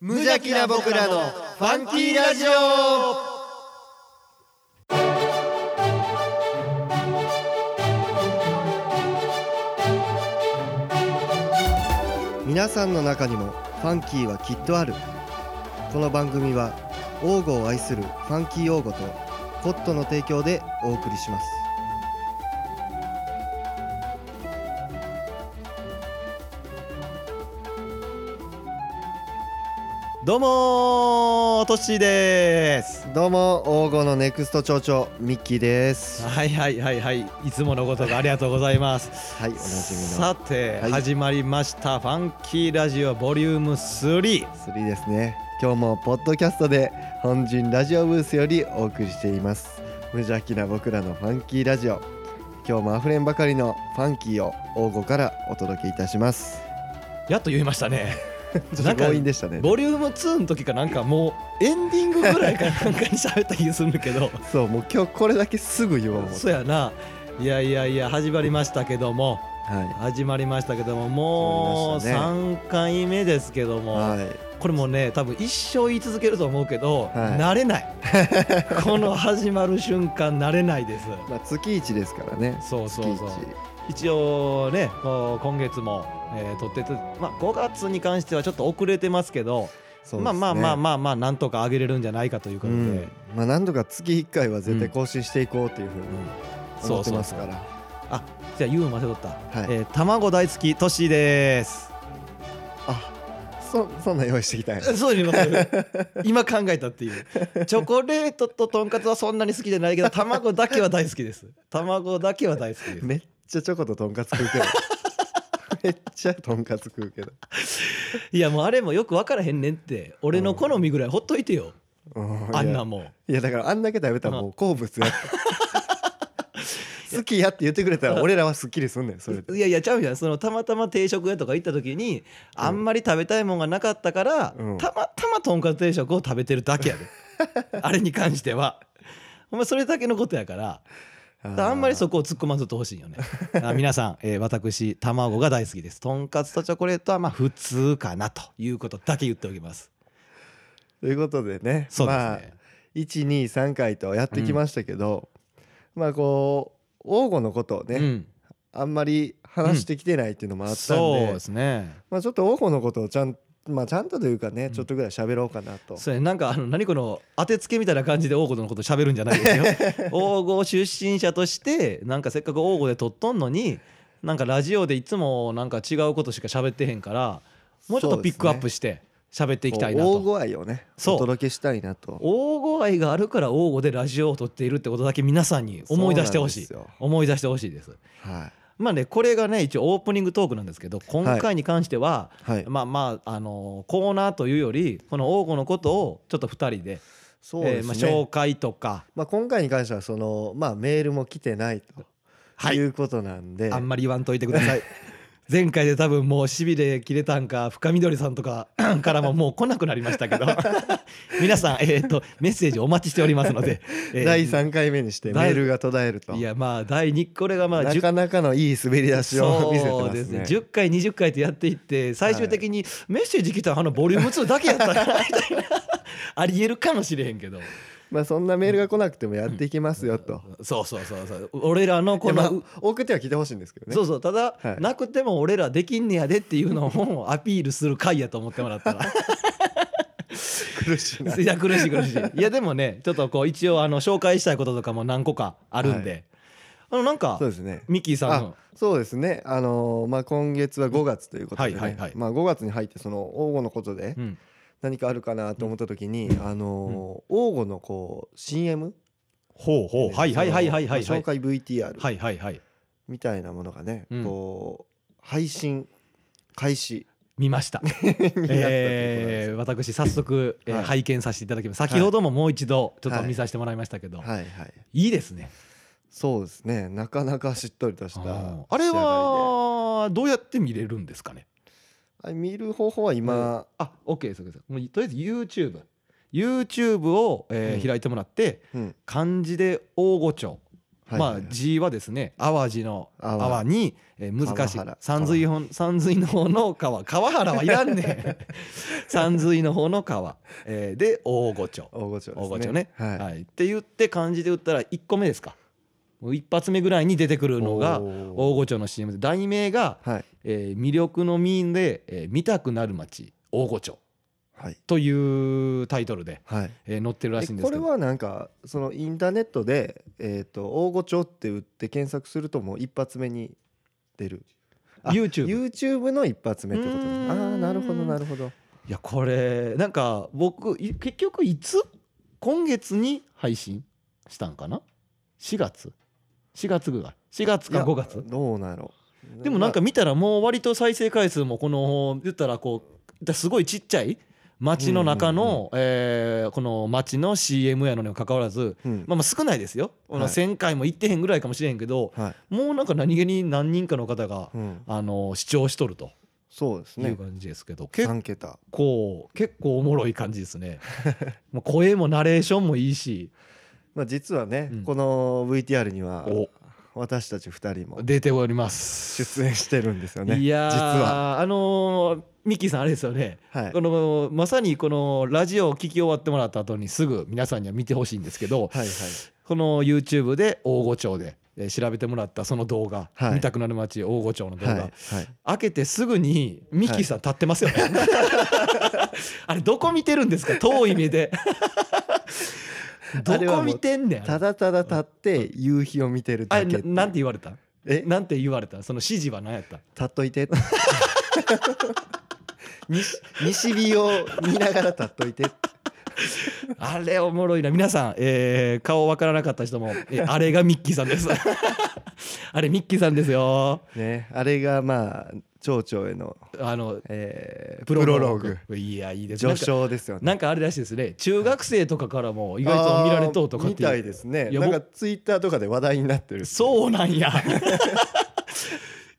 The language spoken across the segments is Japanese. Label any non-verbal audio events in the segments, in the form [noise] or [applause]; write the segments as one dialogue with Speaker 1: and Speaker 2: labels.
Speaker 1: 無邪気な僕らのファンキーラジオ皆さんの中にもファンキーはきっとあるこの番組は王語を愛するファンキー王語とコットの提供でお送りします
Speaker 2: どうもートッシーです
Speaker 1: どうも王語のネクスト町長ミッキーですは
Speaker 2: はいはいはいはいいつものごとくありがとうございます
Speaker 1: いおなじみの
Speaker 2: さて、
Speaker 1: はい
Speaker 2: 始まりましたファンキーラジオボリューム3
Speaker 1: 3ですね今日もポッドキャストで本陣ラジオブースよりお送りしています無邪気な僕らのファンキーラジオ今日もあふれんばかりのファンキーを王語からお届けいたします
Speaker 2: やっと言いましたね
Speaker 1: [laughs] ちょ
Speaker 2: な
Speaker 1: っ
Speaker 2: ん
Speaker 1: と
Speaker 2: か
Speaker 1: 強引でしたね
Speaker 2: ボリューム2の時かなんかもうエンディングぐらいからなんかに喋った気がするけ
Speaker 1: [laughs]
Speaker 2: ど
Speaker 1: そうもう今日これだけすぐ言おう思って
Speaker 2: そうやないやいやいや始まりましたけども
Speaker 1: は
Speaker 2: 始まりましたけどももう
Speaker 1: 始まりました
Speaker 2: 3回目ですけども、
Speaker 1: いはい
Speaker 2: これもうね多分一生言い続けると思うけど、
Speaker 1: はい
Speaker 2: 慣れない
Speaker 1: [laughs]
Speaker 2: この始まる瞬間慣れないです
Speaker 1: まあ月一ですからね
Speaker 2: そうそうそう
Speaker 1: 月
Speaker 2: 一応ねこう今月も、えー撮ってて、まあ、5月に関してはちょっと遅れてますけど
Speaker 1: 一そうですね
Speaker 2: まあまあまあまあまあなんとか上げれるんじゃないかというこ
Speaker 1: う
Speaker 2: とで、
Speaker 1: んまあ何度か月1回は絶対更新していこうというふうに思ってますから、
Speaker 2: あじゃあ言うの忘れとった、
Speaker 1: はい
Speaker 2: えー卵大好きトッシーです
Speaker 1: あそそんなん用意してきたん
Speaker 2: [laughs]
Speaker 1: や
Speaker 2: そうです今考えたっていうチョコレートととんかつはそんなに好きじゃないけど卵だけは大好きです卵だけは大好きです、
Speaker 1: めっちゃチョコととんかつ食う
Speaker 2: [laughs]
Speaker 1: けどめっちゃとんかつ食うけど、
Speaker 2: いやもうあれもよく分からへんねんって俺の好みぐらいほっといてよ、
Speaker 1: うん
Speaker 2: あん
Speaker 1: い
Speaker 2: な
Speaker 1: や
Speaker 2: もん
Speaker 1: いやだからあんだけ食べたらもう好物や好きやって言ってくれたら俺らはすっきりすんねんそれで
Speaker 2: いやいやちゃうやんそのたまたま定食屋とか行った時にあんまり食べたいもんがなかったから、
Speaker 1: うん
Speaker 2: たまたまとんかつ定食を食べてるだけやで
Speaker 1: [laughs]
Speaker 2: あれに関してはお前それだけのことやから
Speaker 1: あ
Speaker 2: だからあんまりそ
Speaker 1: こ
Speaker 2: こを突っ込まずとほしいよね
Speaker 1: [laughs]
Speaker 2: あ皆さん、えー私卵が大好きですとんかつとチョコレートはまあ普通かなということだけ言っておきます
Speaker 1: ということでね
Speaker 2: そうですね、
Speaker 1: まあ123回とやってきましたけど、まあこう王吾のことをね、
Speaker 2: うん
Speaker 1: あんまり話してきてないっていうのもあったんで、
Speaker 2: そうですね
Speaker 1: まあ、ちょっと王吾のことをちゃんまあちゃんとというかね、
Speaker 2: ん
Speaker 1: ちょっとぐらい喋ろうかなと
Speaker 2: それなんかあの何この当てつけみたいな感じで王吾のこと喋るんじゃないですよ
Speaker 1: [laughs]
Speaker 2: 王吾出身者としてなんかせっかく王吾で撮っとんのになんかラジオでいつもなんか違うことしか喋ってへんからもうちょっとピックアップして喋っていきたいな
Speaker 1: こう
Speaker 2: と、
Speaker 1: 王吾愛をね
Speaker 2: そう
Speaker 1: お届けしたいなと
Speaker 2: 王吾愛があるから王吾でラジオを撮っているってことだけ皆さんに思い出してほしい
Speaker 1: そうなんですよ
Speaker 2: 思い出してほしいです
Speaker 1: はい
Speaker 2: まあねこれがね一応オープニングトークなんですけど今回に関しては、
Speaker 1: はい、
Speaker 2: まあまああのコーナーというよりこの王吾のことをちょっと2人で
Speaker 1: そうで
Speaker 2: えー
Speaker 1: す
Speaker 2: まあ
Speaker 1: ね、
Speaker 2: 紹介とか、
Speaker 1: まあ、今回に関してはその、まあ、メールも来てないと、、
Speaker 2: はいい、
Speaker 1: うことなんで
Speaker 2: あんまり言わんといてください [laughs] 前回で多分もうしびれ切れたんか深緑さんとか [coughs] からももう来なくなりましたけど
Speaker 1: [laughs]
Speaker 2: 皆さん、えー、とメッセージお待ちしておりますので、えー
Speaker 1: 第3回目にしてメ
Speaker 2: 第
Speaker 1: ールが途絶えると
Speaker 2: いやまあ第2これがまあ
Speaker 1: な
Speaker 2: 10
Speaker 1: かなかのいい滑り出しを見せて
Speaker 2: そ
Speaker 1: ま
Speaker 2: うですすね
Speaker 1: ね
Speaker 2: 10回20回とやっていって最終的にメッセージ来たのあのボリューム2だけやったからみたいなありえるかもしれへんけど
Speaker 1: まあ、そんなメールが来なくてもやっていきますよと、
Speaker 2: そうそうそうそう俺らのこ
Speaker 1: いやま
Speaker 2: の
Speaker 1: あ送っては来てほしいんですけどね
Speaker 2: そうそうただ、
Speaker 1: はい
Speaker 2: なくても俺らできんねやでっていうのをアピールする回やと思っても
Speaker 1: [laughs]
Speaker 2: らったら
Speaker 1: 苦しいない
Speaker 2: や苦しい苦し
Speaker 1: [laughs]
Speaker 2: いいやでもねちょっとこう一応あの紹介したいこととかも何個かあるんで、
Speaker 1: は
Speaker 2: [laughs] あのなんか
Speaker 1: そうですね
Speaker 2: ミッキーさん
Speaker 1: あ
Speaker 2: の
Speaker 1: そうですねあのーまあ今月は5月ということで、ね
Speaker 2: はいはいはい
Speaker 1: まあ、5月に入ってその王吾のことで
Speaker 2: うん
Speaker 1: 何かあるかなと思った時に、あのー王吾のこう CM
Speaker 2: ほうほうはいはいはいはいはい
Speaker 1: そ
Speaker 2: は
Speaker 1: の
Speaker 2: い
Speaker 1: まあ紹介 VTR
Speaker 2: はいはいはい
Speaker 1: みたいなものがね、
Speaker 2: うん
Speaker 1: こう配信開始
Speaker 2: 見ま
Speaker 1: [laughs]
Speaker 2: した
Speaker 1: になったということなんで
Speaker 2: え
Speaker 1: す
Speaker 2: ー
Speaker 1: よ
Speaker 2: 私早速、えー
Speaker 1: はい
Speaker 2: 拝見させていただきます先ほどももう一度ちょっと見させてもらいましたけど、
Speaker 1: はいはい
Speaker 2: い、いですね
Speaker 1: そうですねなかなかしっとりとした仕上がりで
Speaker 2: ああれはどうやって見れるんですかね
Speaker 1: あれ見る方法は今、
Speaker 2: あ、OK です OK です。もうとりあえず YouTube。YouTube を、えー
Speaker 1: うん
Speaker 2: 開いてもらって
Speaker 1: うん
Speaker 2: 漢字で大御町
Speaker 1: はい
Speaker 2: まあ、字はですね淡路の
Speaker 1: 淡
Speaker 2: 淡に、えー難しい
Speaker 1: 川原
Speaker 2: 山水本山水の方の川川原はいらんね
Speaker 1: [laughs]
Speaker 2: ん山水の方の川、えーで大御町、
Speaker 1: 大御所ですね
Speaker 2: 大御所ね、
Speaker 1: は
Speaker 2: はいいって言って漢字で打ったら1個目ですかもう一発目ぐらいに出てくるのが大御所の CM で題名が、
Speaker 1: はい
Speaker 2: えー魅力の民で、えー見たくなる街大御町
Speaker 1: はい
Speaker 2: というタイトルで、
Speaker 1: はい
Speaker 2: えー載ってるらしいん
Speaker 1: え
Speaker 2: です
Speaker 1: こ
Speaker 2: け
Speaker 1: れ
Speaker 2: ど
Speaker 1: はなんかそのインターネットで「えー、と大御町」って打って検索するともう一発目に出るあ
Speaker 2: YouTube
Speaker 1: YouTube の一発目ってことですね
Speaker 2: う
Speaker 1: ああ
Speaker 2: ーん
Speaker 1: ーなるほどなるほど
Speaker 2: いやこれなんか僕い結局いつ今月に配信したんかな4月4月ぐらい4月か5
Speaker 1: いや
Speaker 2: 月
Speaker 1: どうなの
Speaker 2: でもなんか見たらもう割と再生回数もこの言ったらこうすごいちっちゃい街の
Speaker 1: う
Speaker 2: 中
Speaker 1: んうん
Speaker 2: のえーこの街の CM やのにもかかわらず
Speaker 1: うん
Speaker 2: まあまあ少ないですよこの
Speaker 1: はい
Speaker 2: 1,000回も行ってへんぐらいかもしれへんけど
Speaker 1: はい
Speaker 2: もうなんか何気に何人かの方が
Speaker 1: うん、
Speaker 2: あの視聴しとると
Speaker 1: そうです
Speaker 2: いう
Speaker 1: ね
Speaker 2: 感じですけど結
Speaker 1: 3桁
Speaker 2: 構結構おもろい感じですね [laughs] もう声もナレーションもいいし
Speaker 1: まあ実はね、
Speaker 2: うん
Speaker 1: この VTR には
Speaker 2: お
Speaker 1: 私たち2人も
Speaker 2: 出ております
Speaker 1: 出演してるんですよね
Speaker 2: いやー
Speaker 1: 実は、
Speaker 2: あのーミッキーさんあれですよね
Speaker 1: はい
Speaker 2: このまさにこのラジオを聞き終わってもらった後にすぐ皆さんには見てほしいんですけど
Speaker 1: はいはい
Speaker 2: この YouTube で大御町でえー調べてもらったその動画、
Speaker 1: はい
Speaker 2: 見たくなる街大御町の動画、
Speaker 1: はいはい
Speaker 2: 開けてすぐにミッキーさん立ってます
Speaker 1: [laughs]
Speaker 2: よね、あれどこ見てるんですか遠い目で
Speaker 1: [laughs]
Speaker 2: ど
Speaker 1: あれはも
Speaker 2: こ
Speaker 1: う
Speaker 2: 見てんねんあれ
Speaker 1: ただただ立って夕日を見てる
Speaker 2: あれ
Speaker 1: だけ
Speaker 2: ななんて言われた
Speaker 1: え
Speaker 2: なんて言われたその指示は何やった
Speaker 1: 立っといて [laughs] 西西日を見ながら立っといて
Speaker 2: あれおもろいな皆さん、えー顔わからなかった人も、
Speaker 1: [laughs]
Speaker 2: えーあれがミッキーさんです [laughs] あれミッキーさんですよ
Speaker 1: ねあれがまあ町長への、
Speaker 2: あの
Speaker 1: えープ
Speaker 2: プロ
Speaker 1: ロ
Speaker 2: ロ
Speaker 1: ロー
Speaker 2: ーグ
Speaker 1: グ
Speaker 2: いやいいですね
Speaker 1: 序章ですよね
Speaker 2: なんかあれらしいですね中学生とかからも意外と見られとうとかっていう
Speaker 1: あーみたいですね
Speaker 2: いや
Speaker 1: なんかツイッターとかで話題になってる
Speaker 2: そうなんや。 [laughs]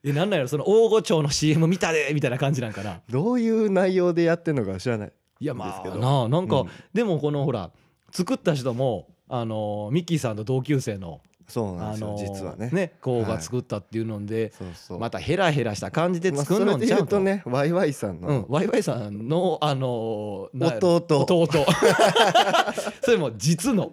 Speaker 2: え、なんなんやろ、その大御町の CM 見たでみたいな感じなんかな。
Speaker 1: どういう内容でやってんのか知らない
Speaker 2: いや、
Speaker 1: です
Speaker 2: ま
Speaker 1: け
Speaker 2: あ、
Speaker 1: ど
Speaker 2: なあ、なんか、
Speaker 1: うん
Speaker 2: でも、このほら、作った人も。あのーミッキーさんと同級生の、
Speaker 1: そうなん
Speaker 2: あ
Speaker 1: ですよ、
Speaker 2: のー
Speaker 1: 実はね
Speaker 2: 子
Speaker 1: は
Speaker 2: が
Speaker 1: い
Speaker 2: 作ったっていうので、
Speaker 1: そうそう
Speaker 2: またヘラヘラした感じで
Speaker 1: まあ
Speaker 2: 作るの
Speaker 1: それ
Speaker 2: ん
Speaker 1: で
Speaker 2: ちゃ
Speaker 1: 言
Speaker 2: う
Speaker 1: うと
Speaker 2: と、
Speaker 1: ねワイワイさん
Speaker 2: うん
Speaker 1: の、
Speaker 2: ワイワイさんのあのーなんやろ
Speaker 1: 弟
Speaker 2: 弟 [laughs] それも実
Speaker 1: [laughs]
Speaker 2: の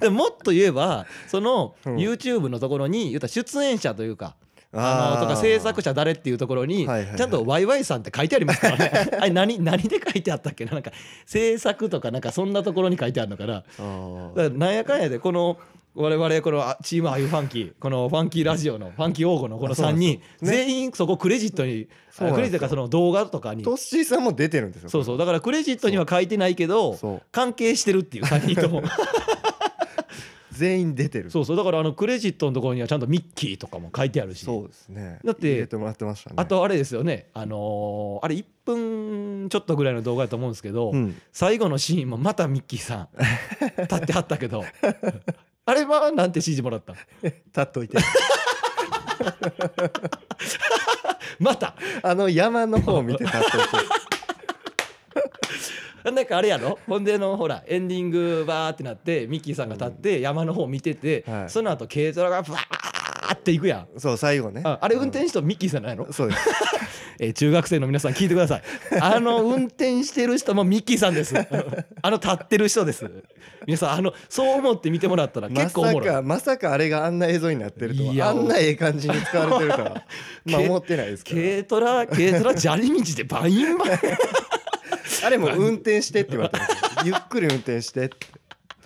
Speaker 2: でもっと言えばその
Speaker 1: うん
Speaker 2: YouTube のところに言ったら出演者というかあ
Speaker 1: あー
Speaker 2: のとか制作者誰っていうところに
Speaker 1: はいはいはい
Speaker 2: ちゃんと「ワイワイさん」って書いてありま
Speaker 1: [laughs]
Speaker 2: すからねあれ何何で書いてあったっけななんか制作とかなんかそんなところに書いてあるのかな
Speaker 1: あー
Speaker 2: だからなんやかんやでこの我々このあチームあゆファンキーこのファンキーラジオのファンキー王吾のこの
Speaker 1: あそうな
Speaker 2: 3
Speaker 1: ん
Speaker 2: 人
Speaker 1: ね
Speaker 2: 全員そこクレジットにあ
Speaker 1: そうなんですよ
Speaker 2: クレジットかその動画とかに
Speaker 1: トッシーさんも出てるんですよ
Speaker 2: そうそうだからクレジットには書いてないけど
Speaker 1: そう
Speaker 2: 関係してるっていう3人
Speaker 1: [laughs]
Speaker 2: とも
Speaker 1: 全員出てる
Speaker 2: そうそうだからあのクレジットのところにはちゃんとミッキーとかも書いてあるし
Speaker 1: そうですね
Speaker 2: だって
Speaker 1: 入れてもらってましたね
Speaker 2: あとあれですよね、あのーあれ1分ちょっとぐらいの動画だと思うんですけど、
Speaker 1: うん
Speaker 2: 最後のシーンもまたミッキーさん立ってはったけど [laughs] あれはなんて指示もらった
Speaker 1: [laughs] 立っといて
Speaker 2: また
Speaker 1: あの山の方を見て立っといて [laughs]
Speaker 2: なんかあれやろほんであのほらエンディングバーってなってミッキーさんが立って山の方見てて、
Speaker 1: はい
Speaker 2: その後軽トラがバーっていくやん。
Speaker 1: そう最後ね
Speaker 2: ああれ運転手とミッキーさんなんやろ
Speaker 1: う、んそうです
Speaker 2: えー中学生の皆さん聞いてく
Speaker 1: [laughs]
Speaker 2: ださいあの運転してる人もミッキーさんですあの立ってる人です皆さんあのそう思って見てもらったら
Speaker 1: ま
Speaker 2: 結構お
Speaker 1: さ
Speaker 2: もろい
Speaker 1: かまさかあれがあんな映像になってると
Speaker 2: い
Speaker 1: は
Speaker 2: や
Speaker 1: あんなええ感じに使われてるとは [laughs] まあ思ってないですけ
Speaker 2: 軽トラ軽トラ砂利道でバインバイ
Speaker 1: [laughs]
Speaker 2: ン
Speaker 1: どあれも運転してって言われてますゆっくり運転してって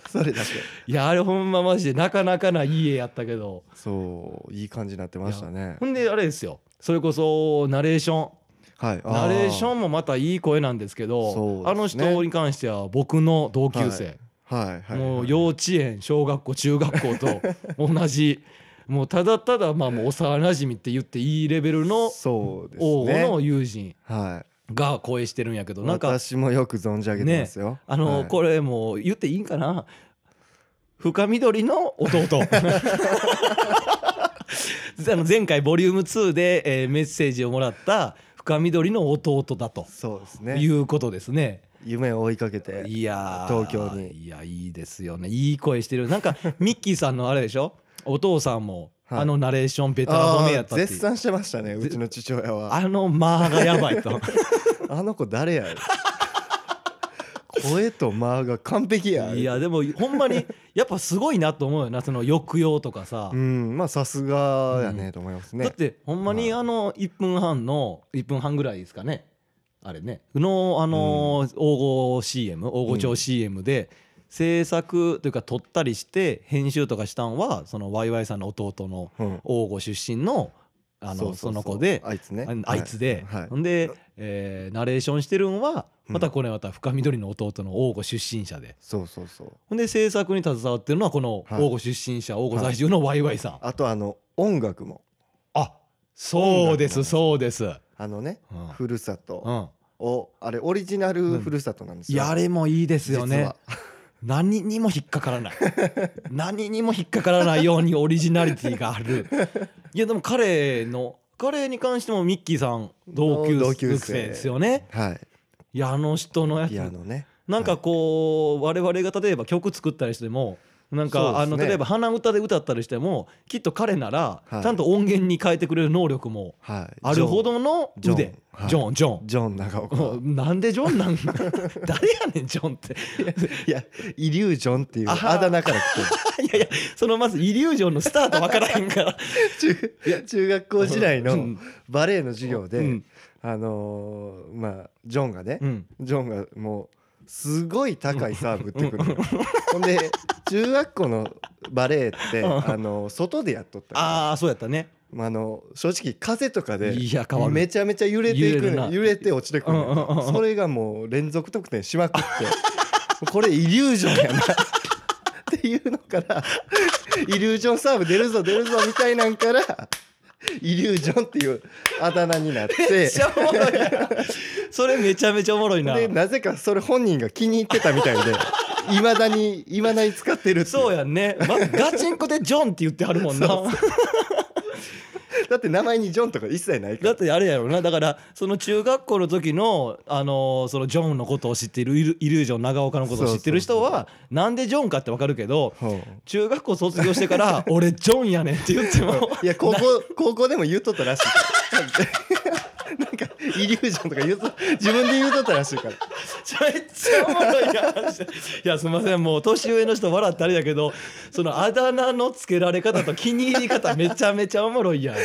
Speaker 1: それだけ
Speaker 2: いやあれほんまマジでなかなかないい絵やったけど
Speaker 1: そういい感じになってましたね
Speaker 2: ほんであれですよそれこそナレーション
Speaker 1: はい
Speaker 2: ナレーショ
Speaker 1: ン
Speaker 2: ンもまたいい声なんですけど
Speaker 1: そうですね
Speaker 2: あの人に関しては僕の同級生、
Speaker 1: はいはい
Speaker 2: もう幼稚園小学校中学校
Speaker 1: [laughs]
Speaker 2: と同じもうただただまあもう幼馴染って言っていいレベルの
Speaker 1: そうです
Speaker 2: 王
Speaker 1: ね
Speaker 2: の友人
Speaker 1: はい
Speaker 2: が声してるんやけどなんか
Speaker 1: 私もよく存じ上げてますよ
Speaker 2: あのこれもう言っていいんかな深緑の
Speaker 1: [laughs]
Speaker 2: 弟あの前回ボリューム2でえーメッセージをもらった深緑の弟だと
Speaker 1: そうです
Speaker 2: い
Speaker 1: ね
Speaker 2: うことですね。
Speaker 1: 夢を追いかけて
Speaker 2: いやー
Speaker 1: 東京に [laughs]
Speaker 2: いやいいですよねいい声してるなんかミッキーさんのあれでしょお父さんも、
Speaker 1: はい
Speaker 2: あのナレーションベタ
Speaker 1: あ
Speaker 2: 褒
Speaker 1: あ
Speaker 2: めやったってい
Speaker 1: 絶
Speaker 2: う
Speaker 1: 賛してましたねうちの父親は
Speaker 2: あの間がやば
Speaker 1: [laughs]
Speaker 2: いと
Speaker 1: あの子誰や声と間が完璧や
Speaker 2: いやでもほんまにやっぱすごいなと思うよなその抑揚とかさ、
Speaker 1: うんまあさすがやねと思いますね、
Speaker 2: だってほんまにあの1分半の1分半ぐらいですかねあれねのあのー黄金 CM 黄金町 CM で制作というか撮ったりして編集とかしたんはそのワイワイさんの弟の
Speaker 1: うん
Speaker 2: 黄金出身のあ
Speaker 1: う
Speaker 2: の
Speaker 1: う
Speaker 2: そうの子で
Speaker 1: あいつね
Speaker 2: ああいつで、
Speaker 1: はい
Speaker 2: ほんで、えーナレーションしてるんは
Speaker 1: うん
Speaker 2: またこれまた深緑の弟の黄金出身者で
Speaker 1: そうそうそう
Speaker 2: ほんで制作に携わってるのはこの
Speaker 1: はい
Speaker 2: 黄金出身者黄金在住のワイワイさん、
Speaker 1: あとあの音楽も
Speaker 2: あそうですそうです、うん
Speaker 1: あのねふるさ
Speaker 2: う
Speaker 1: と
Speaker 2: ん、
Speaker 1: をあれオリジナルふるさとなんです
Speaker 2: い
Speaker 1: よ、
Speaker 2: やあれもいいですよ
Speaker 1: 実
Speaker 2: ね
Speaker 1: は
Speaker 2: 何にも引っかからない [laughs] 何にも引っかからないようにオリジナリティがあるいやでも彼の彼に関してもミッキーさん同級
Speaker 1: 同級生
Speaker 2: 生ですよね
Speaker 1: はい
Speaker 2: いやあの人のやつ
Speaker 1: ピアノね
Speaker 2: なんかこう我々が例えば曲作ったりしてもなん
Speaker 1: そうで
Speaker 2: か
Speaker 1: す
Speaker 2: あの
Speaker 1: ね
Speaker 2: 例えば鼻歌で歌ったりしてもきっと彼なら
Speaker 1: はい
Speaker 2: ちゃんと音源に変えてくれる能力も
Speaker 1: はい
Speaker 2: あるほどの
Speaker 1: ジョン
Speaker 2: 腕
Speaker 1: はい
Speaker 2: ジョンジョン
Speaker 1: ジョン長岡
Speaker 2: もうなんでジョン
Speaker 1: [laughs]
Speaker 2: なん誰やねんジョンって
Speaker 1: いやイリュージョンっていう
Speaker 2: あは
Speaker 1: あだ名から来てる
Speaker 2: いやいやそのまずイリュージョンのスタートわからへんから [laughs]
Speaker 1: 中中学校時代のバレエの授業で、
Speaker 2: うん
Speaker 1: あのーまあジョンがね、
Speaker 2: うん
Speaker 1: ジョンがもうすごい高いサーブ打ってくるのよ、
Speaker 2: [laughs]
Speaker 1: ほんで中学校のバレエって、
Speaker 2: うん
Speaker 1: あの外でやっとったから
Speaker 2: ああそうやったね
Speaker 1: まあ、あの正直風とかで
Speaker 2: いや変わる
Speaker 1: めちゃめちゃ揺れていく
Speaker 2: 揺れる
Speaker 1: の
Speaker 2: な
Speaker 1: 揺れて落ちてくるのよ、
Speaker 2: うんうんうんうん
Speaker 1: それがもう連続得点しまくってこれイリュージョンやなっていうのからイリュージョンサーブ出るぞ出るぞみたいなんからイリュージョンっていうあだ名になっ
Speaker 2: め
Speaker 1: て
Speaker 2: っちゃおもろいな [laughs] それめちゃめちゃおもろいな
Speaker 1: でなぜかそれ本人が気に入ってたみたい
Speaker 2: [laughs]
Speaker 1: でいまだにいまだに使ってるっていう
Speaker 2: そうやんね、ま、ガチンコでジョンって言ってはるもんな
Speaker 1: だって名前にジョンとか一切ないか
Speaker 2: だ
Speaker 1: ら
Speaker 2: ってあれやろなだからその中学校の時のあのーそのジョンのことを知っているイルイリュージョン長岡のことを知ってる人はなんでジョンかってわかるけど
Speaker 1: ほう
Speaker 2: 中学校卒業してから「俺ジョンやねん」って言っても
Speaker 1: いや高校高校でも言うとったらしい [laughs] なんかイリュージョンとか言うと自分で言うとったらしいから
Speaker 2: めっちゃおもろい話いやすみませんもう年上の人笑ってあれやけどそのあだ名の付けられ方と気に入り方めちゃめちゃおもろいやん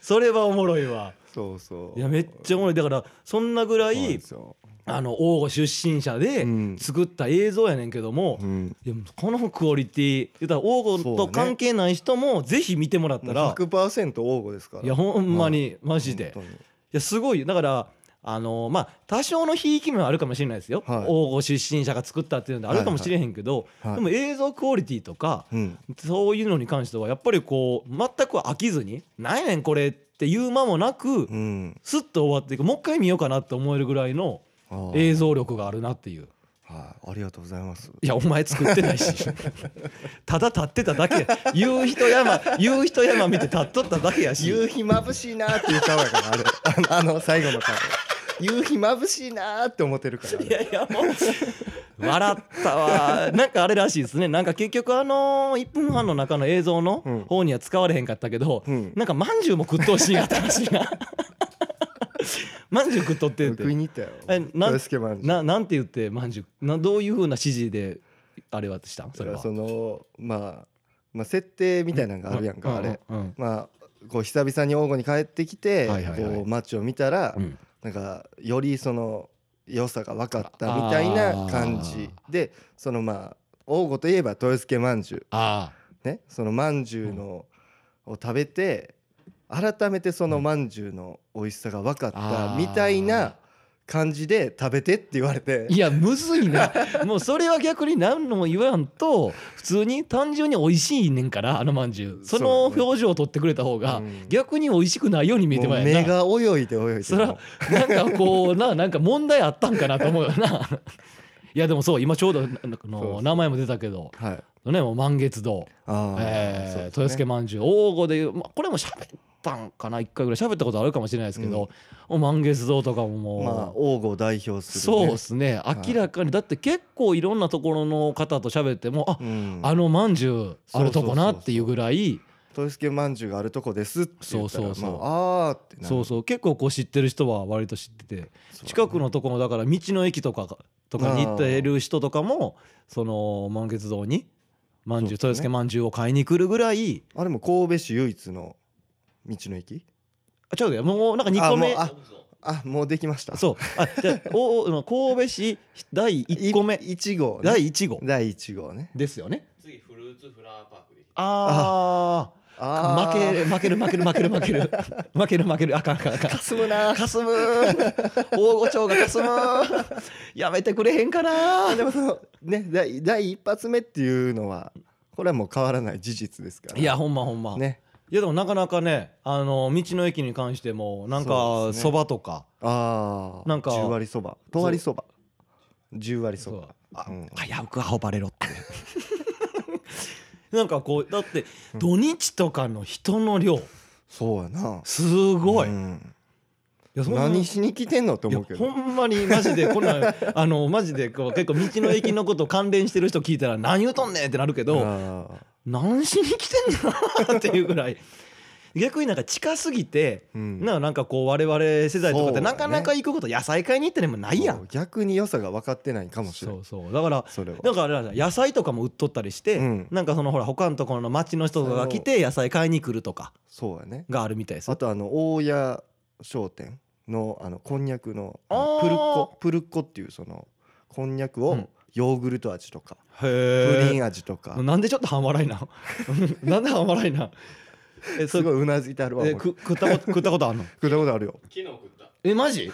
Speaker 2: それはおもろいわ
Speaker 1: そうそう
Speaker 2: いやめっちゃおもろいだからそんなぐ
Speaker 1: そ
Speaker 2: ら
Speaker 1: うなん
Speaker 2: い
Speaker 1: ですよ
Speaker 2: あの王吾出身者で
Speaker 1: うん
Speaker 2: 作った映像やねんけども、
Speaker 1: うん
Speaker 2: いやこのクオリティ言ったら王吾
Speaker 1: そうだ
Speaker 2: と
Speaker 1: ね
Speaker 2: 関係ない人もぜひ見てもらったら、
Speaker 1: 100%応募ですから
Speaker 2: いやほんまにマジで
Speaker 1: 本当に
Speaker 2: いやすごいよだからあのまあ多少のひいき目はあるかもしれないですよ、
Speaker 1: はい
Speaker 2: 王吾出身者が作ったっていうのであるかもしれへんけど、
Speaker 1: はいはい
Speaker 2: でも映像クオリティとか、
Speaker 1: うん
Speaker 2: そういうのに関してはやっぱりこう全く飽きずに「なんやねんこれ」っていう間もなく
Speaker 1: うん
Speaker 2: スッと終わっていくもう一回見ようかなって思えるぐらいの
Speaker 1: あー
Speaker 2: 映像力があるなっていう。
Speaker 1: はいありがとうございます
Speaker 2: いやお前作ってないしただ立ってただけ夕日と山夕日と山見て立っとっただけやし
Speaker 1: 夕日眩しいなーっていう顔やからあれあのあの最後の顔夕日眩しいなーって思ってるからあれ
Speaker 2: いやいやもう笑ったわなんかあれらしいですねなんか結局あの1分半の中の映像の
Speaker 1: うん
Speaker 2: 方には使われへんかったけど、
Speaker 1: うん
Speaker 2: なんかまんじゅうも食っとうシーンがあったらしいなまんじゅう食っとってって
Speaker 1: 食いに行ったよ
Speaker 2: えなん
Speaker 1: 豊助まんじゅう
Speaker 2: ななんて言ってまんじゅうなどういうふうな指示であれはしたんそれは
Speaker 1: そのまあまあ設定みたいなのがあるやんかあれ
Speaker 2: うんうん
Speaker 1: まあこう久々に王吾に帰ってきて
Speaker 2: はいはいはい
Speaker 1: こう街を見たら
Speaker 2: うんうん
Speaker 1: なんかよりその良さが分かったみたいな感じでそのまあ王吾といえば豊助まんじゅ
Speaker 2: あ
Speaker 1: うねそのまんじゅうのを食べて改めてそのまんじゅうの美味しさが分かっ
Speaker 2: あ
Speaker 1: た
Speaker 2: ー
Speaker 1: みたいな感じで食べてって言われて
Speaker 2: あいやむずいな [laughs] もうそれは逆に何のも言わんと普通に単純に美味しいねんからあのまんじゅうそ
Speaker 1: そ
Speaker 2: の
Speaker 1: うだね
Speaker 2: 表情を取ってくれた方が、
Speaker 1: うん
Speaker 2: 逆に美味しくないように見えて
Speaker 1: も
Speaker 2: ま
Speaker 1: う
Speaker 2: い
Speaker 1: 目
Speaker 2: な
Speaker 1: が泳いで泳いで
Speaker 2: そ
Speaker 1: も
Speaker 2: ら
Speaker 1: う
Speaker 2: なんかこうななんか問題あったんかなと思うよな [laughs] いやでもそう今ちょうどなあ
Speaker 1: そうそう
Speaker 2: の名前も出たけど
Speaker 1: はい
Speaker 2: ねもう満月堂、
Speaker 1: ああ、
Speaker 2: えー
Speaker 1: そうですね
Speaker 2: 豊助まんじゅう王吾で、まあ、これも喋ったんかな1回ぐらい喋ったことあるかもしれないですけ
Speaker 1: うん
Speaker 2: ど、もう満月堂とかももう、
Speaker 1: まあ王吾を代表する、
Speaker 2: そう
Speaker 1: ね、
Speaker 2: ですね
Speaker 1: い
Speaker 2: 明らかにだって結構いろんなところの方と喋ってもあ、
Speaker 1: うん、
Speaker 2: あのまんじゅうあると
Speaker 1: そうそうそう
Speaker 2: こな
Speaker 1: そう
Speaker 2: っていうぐらい
Speaker 1: 豊助まんじゅうがあるとこですって言ったら
Speaker 2: そうそうそう
Speaker 1: まあ、あーってなる
Speaker 2: そうそう結構こう知ってる人は割と知ってて
Speaker 1: そう
Speaker 2: 近くのところだから道の駅とかがとかに行っている人とかもその満月堂にまんじゅう
Speaker 1: そう
Speaker 2: 豊
Speaker 1: ですね
Speaker 2: 助まんじゅうを買いに来るぐらい
Speaker 1: あれも神戸市唯一の道の駅
Speaker 2: あちょうどもうなんか2個目
Speaker 1: あもうあもうできました
Speaker 2: そうあじゃあおお神戸市第1個目
Speaker 1: 1号、ね、
Speaker 2: 第1号
Speaker 1: 第一号ね
Speaker 2: ですよね
Speaker 3: 次フルーツフラワーパークで
Speaker 2: ああ
Speaker 1: あ
Speaker 2: 負
Speaker 1: ー
Speaker 2: ける負ける負ける負ける負ける負ける負けるあかんあかんあかんかすむなかすむ大御町がかすむやめてくれへんかな
Speaker 1: でもそのね第第一発目っていうのはこれはもう変わらない事実ですから
Speaker 2: いやほんまほんま、
Speaker 1: ね
Speaker 2: いやでもなかなかねあの道の駅に関してもなん
Speaker 1: そう
Speaker 2: か
Speaker 1: ですね
Speaker 2: そばとか
Speaker 1: ああ
Speaker 2: なんか
Speaker 1: 10割そば十割そば10割そば
Speaker 2: あ
Speaker 1: うん
Speaker 2: 危うくアホバレロって [laughs] なんかこうだって土日とかの人の量
Speaker 1: そうやな
Speaker 2: すごい,、
Speaker 1: う
Speaker 2: い
Speaker 1: ん
Speaker 2: やそんな
Speaker 1: 何しに来てんのって
Speaker 2: いや
Speaker 1: 思うけど
Speaker 2: ほんまにマジでこんなん [laughs] あのマジでこう結構道の駅のこと関連してる人聞いたら何言うとんねんってなるけ
Speaker 1: あ
Speaker 2: ど
Speaker 1: ー
Speaker 2: 何しに来てんのっていうぐらい逆になんか近すぎて
Speaker 1: うん
Speaker 2: ななんかこう我々世代とかっ
Speaker 1: そうだ
Speaker 2: て
Speaker 1: ね
Speaker 2: なかなか行くこと野菜買いに行ってでもないや
Speaker 1: そうん逆に良さが分かってないかもしれ
Speaker 2: そ
Speaker 1: ないう
Speaker 2: そうだから
Speaker 1: それは
Speaker 2: なんかあれなんだ野菜とかも売っとったりして、
Speaker 1: うん
Speaker 2: なんかそのほら他のところの町の人とかが来て野菜買いに来るとか
Speaker 1: そうやね
Speaker 2: があるみたいです
Speaker 1: あとあの大谷商店のあのこんにゃくのあの
Speaker 2: あー
Speaker 1: プルコプルコっていうそのこんにゃく
Speaker 2: う
Speaker 1: を
Speaker 2: ん
Speaker 1: ヨーグルト味とかプリ
Speaker 2: へ
Speaker 1: ン味とか
Speaker 2: なんでちょっと半笑いな [laughs] なんで半笑
Speaker 1: [laughs]
Speaker 2: いなえそ
Speaker 1: す
Speaker 2: れ
Speaker 1: ごいうなずいてあるわ
Speaker 2: え
Speaker 1: 俺食 [laughs]
Speaker 2: く食ったこと食ったことあるの
Speaker 1: ったことあるよ
Speaker 3: 昨日食った
Speaker 2: えマジへ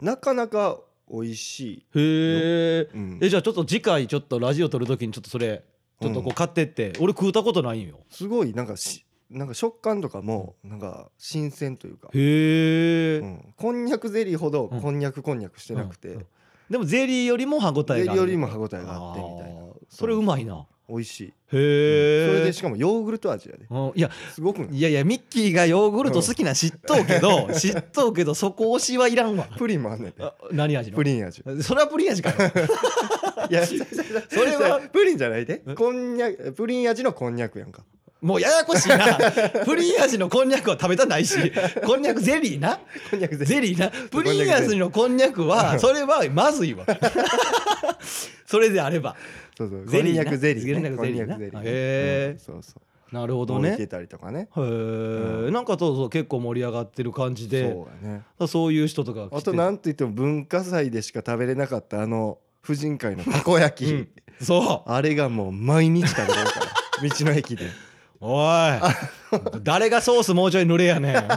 Speaker 1: なかなか美味し
Speaker 2: え
Speaker 1: い、うん、
Speaker 2: えじゃあちょっと次回ちょっとラジオ撮るときにちょっとそれちょっとこう買ってって、俺食うたことないんよ
Speaker 1: すごいなんかしなんか食感とかもなんか新鮮というか、
Speaker 2: へえ、
Speaker 1: うん、こんにゃくゼリーほど
Speaker 2: うん
Speaker 1: こんにゃくこんにゃくしてなくて、
Speaker 2: うんうんでもゼリーよりも歯ごたえがある
Speaker 1: ゼリーよりも歯応えがあってみたいな
Speaker 2: あーそれうまいな
Speaker 1: 美味しい、
Speaker 2: へ
Speaker 1: それ
Speaker 2: え、
Speaker 1: でしかもヨーグルト味やで
Speaker 2: うん、いや
Speaker 1: すごくない
Speaker 2: いやいやミッキーがヨーグルト好きなん知っとうけど、知っとうけどそこ推しはいらんわ
Speaker 1: プリンもあんねんで
Speaker 2: あ何味の
Speaker 1: プリン味
Speaker 2: それはプリン味かよ
Speaker 1: いや、そ
Speaker 2: れは
Speaker 1: プリンじゃないで
Speaker 2: え。
Speaker 1: こんにゃく、プリン味のこんにゃくやんか。
Speaker 2: もうややこしいな
Speaker 1: [laughs]
Speaker 2: プリン味のこんにゃくは食べたないしこんにゃくゼリーな
Speaker 1: こんにゃくゼリー
Speaker 2: ゼリーなプリン味のこんにゃくはそれはまず
Speaker 1: [laughs]
Speaker 2: いわそれであれば
Speaker 1: そうそう。
Speaker 2: ゼ
Speaker 1: こん
Speaker 2: リー
Speaker 1: に
Speaker 2: な
Speaker 1: ゃくゼリーね。
Speaker 2: こんにゃくゼリーな
Speaker 1: こんにゃくゼ
Speaker 2: へえ
Speaker 1: うんそうそ
Speaker 2: なる
Speaker 1: う。
Speaker 2: ほ
Speaker 1: 置いてたりとかね。
Speaker 2: へえなんかそうそう結構盛り上がってる感じ
Speaker 1: そう
Speaker 2: で
Speaker 1: やね。
Speaker 2: そういう人とかが来て
Speaker 1: あとなんといっても文化祭でしか食べれなかったあの婦人会のたこ焼
Speaker 2: う
Speaker 1: き
Speaker 2: ん。そう
Speaker 1: あれがもう毎日食べれるから。道の駅
Speaker 2: [laughs]
Speaker 1: で。
Speaker 2: おい誰がソースもうちょい塗れやね
Speaker 1: [laughs]
Speaker 2: ん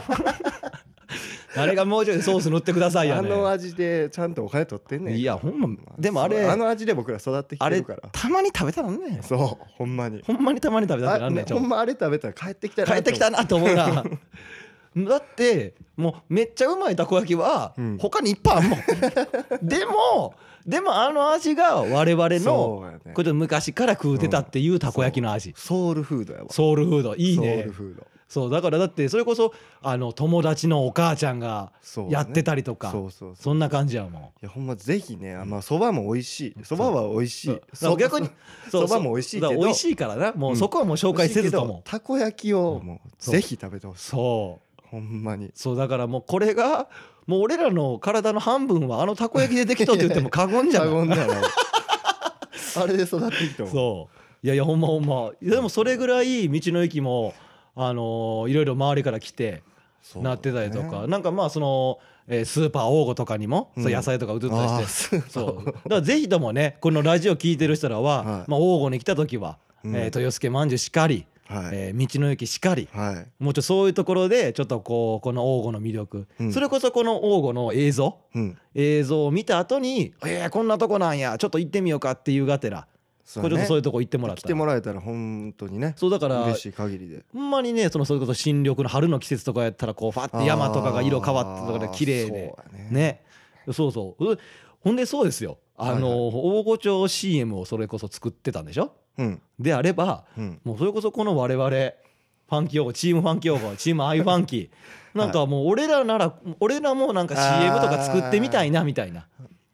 Speaker 2: 誰がもうちょいソース塗ってくださいや
Speaker 1: あ
Speaker 2: ね
Speaker 1: の
Speaker 2: ん
Speaker 1: 味でちゃんとお金取ってんねん。
Speaker 2: いやほんまでもあれ
Speaker 1: そうあの味で僕ら育ってき
Speaker 2: あ
Speaker 1: て
Speaker 2: れ
Speaker 1: るから。
Speaker 2: たまに食べたらね
Speaker 1: そう、ほんまに。
Speaker 2: ほんまにたまに食べたく
Speaker 1: あ
Speaker 2: なるねんちょ
Speaker 1: ほんまあれ食べたら帰ってきたな
Speaker 2: 帰ってきたなと思うな [laughs] だってもうめっちゃうまいたこ焼きは
Speaker 1: うん
Speaker 2: 他にいっぱいあんもん
Speaker 1: [laughs]
Speaker 2: でもでもあの味が我々
Speaker 1: そう
Speaker 2: の
Speaker 1: やね
Speaker 2: これ昔から食うてたっていうたこ焼きの味
Speaker 1: ソウルフードやわ
Speaker 2: ソウルフードいい
Speaker 1: ソウ
Speaker 2: ね
Speaker 1: ルフード
Speaker 2: そうだからだってそれこそあの友達のお母ちゃんが
Speaker 1: そう
Speaker 2: やってた
Speaker 1: り
Speaker 2: りとか
Speaker 1: そうそうそう
Speaker 2: そんな感じやもん。
Speaker 1: いやほんまぜひねあまあそばも美味しいそばは美味し
Speaker 2: そう
Speaker 1: い
Speaker 2: だから逆に
Speaker 1: そばも美味しいけど
Speaker 2: だから美味しいからなもうそこはもう紹介せずとも、
Speaker 1: たこ焼きをもう
Speaker 2: そう
Speaker 1: ぜひ食べてほしい
Speaker 2: そう
Speaker 1: ほんまに
Speaker 2: そうだからもうこれがもう俺らの体の半分はあのたこ焼きでできとって言っても過言じゃ
Speaker 1: [laughs] 過
Speaker 2: ない
Speaker 1: 言ではないあれで育ってきたもん
Speaker 2: そういやいやほんまほんまでもそれぐらい道の駅もあのーいろいろ周りから来て
Speaker 1: そう
Speaker 2: なってたりとか、なんかまあその、えースーパー王吾とかにも、
Speaker 1: うん
Speaker 2: そう野菜とか売ってた
Speaker 1: あ
Speaker 2: り
Speaker 1: ー
Speaker 2: して
Speaker 1: そう
Speaker 2: そうだからぜひともねこのラジオ聞いてる人らは、
Speaker 1: はい
Speaker 2: まあ、王吾に来た時は、
Speaker 1: うん
Speaker 2: えー豊助まんじゅうしかり、
Speaker 1: はい
Speaker 2: えー道の駅しかり
Speaker 1: はい
Speaker 2: もうちょっとそういうところでちょっとこうこの王吾の魅力、
Speaker 1: うん
Speaker 2: それこそこの王吾の映像
Speaker 1: うん
Speaker 2: 映像を見た後に「えー、こんなとこなんやちょっと行ってみようか」っていうがてら、
Speaker 1: そ
Speaker 2: これちょっとそういううとこ行って
Speaker 1: や
Speaker 2: もらっ
Speaker 1: ね来
Speaker 2: た
Speaker 1: て
Speaker 2: ら
Speaker 1: もらえたら本当にね
Speaker 2: そうだから
Speaker 1: 嬉しい限りで
Speaker 2: ほんまにねそのそれこそ新緑の春の季節とかやったらこうファって山とかが色変わってとかで綺麗で
Speaker 1: あーそうやね
Speaker 2: ねそうそううほんでそうですよあの、
Speaker 1: はいは
Speaker 2: 大御町 CM をそれこそ作ってたんでしょ
Speaker 1: うん
Speaker 2: であれば
Speaker 1: うん
Speaker 2: もうそれこそこの我々ファンキー用語チームファンキー用
Speaker 1: [laughs]
Speaker 2: 語チームアイファンキーなんかもう俺らなら俺らもなんか CM とか作ってみたいなみたいな。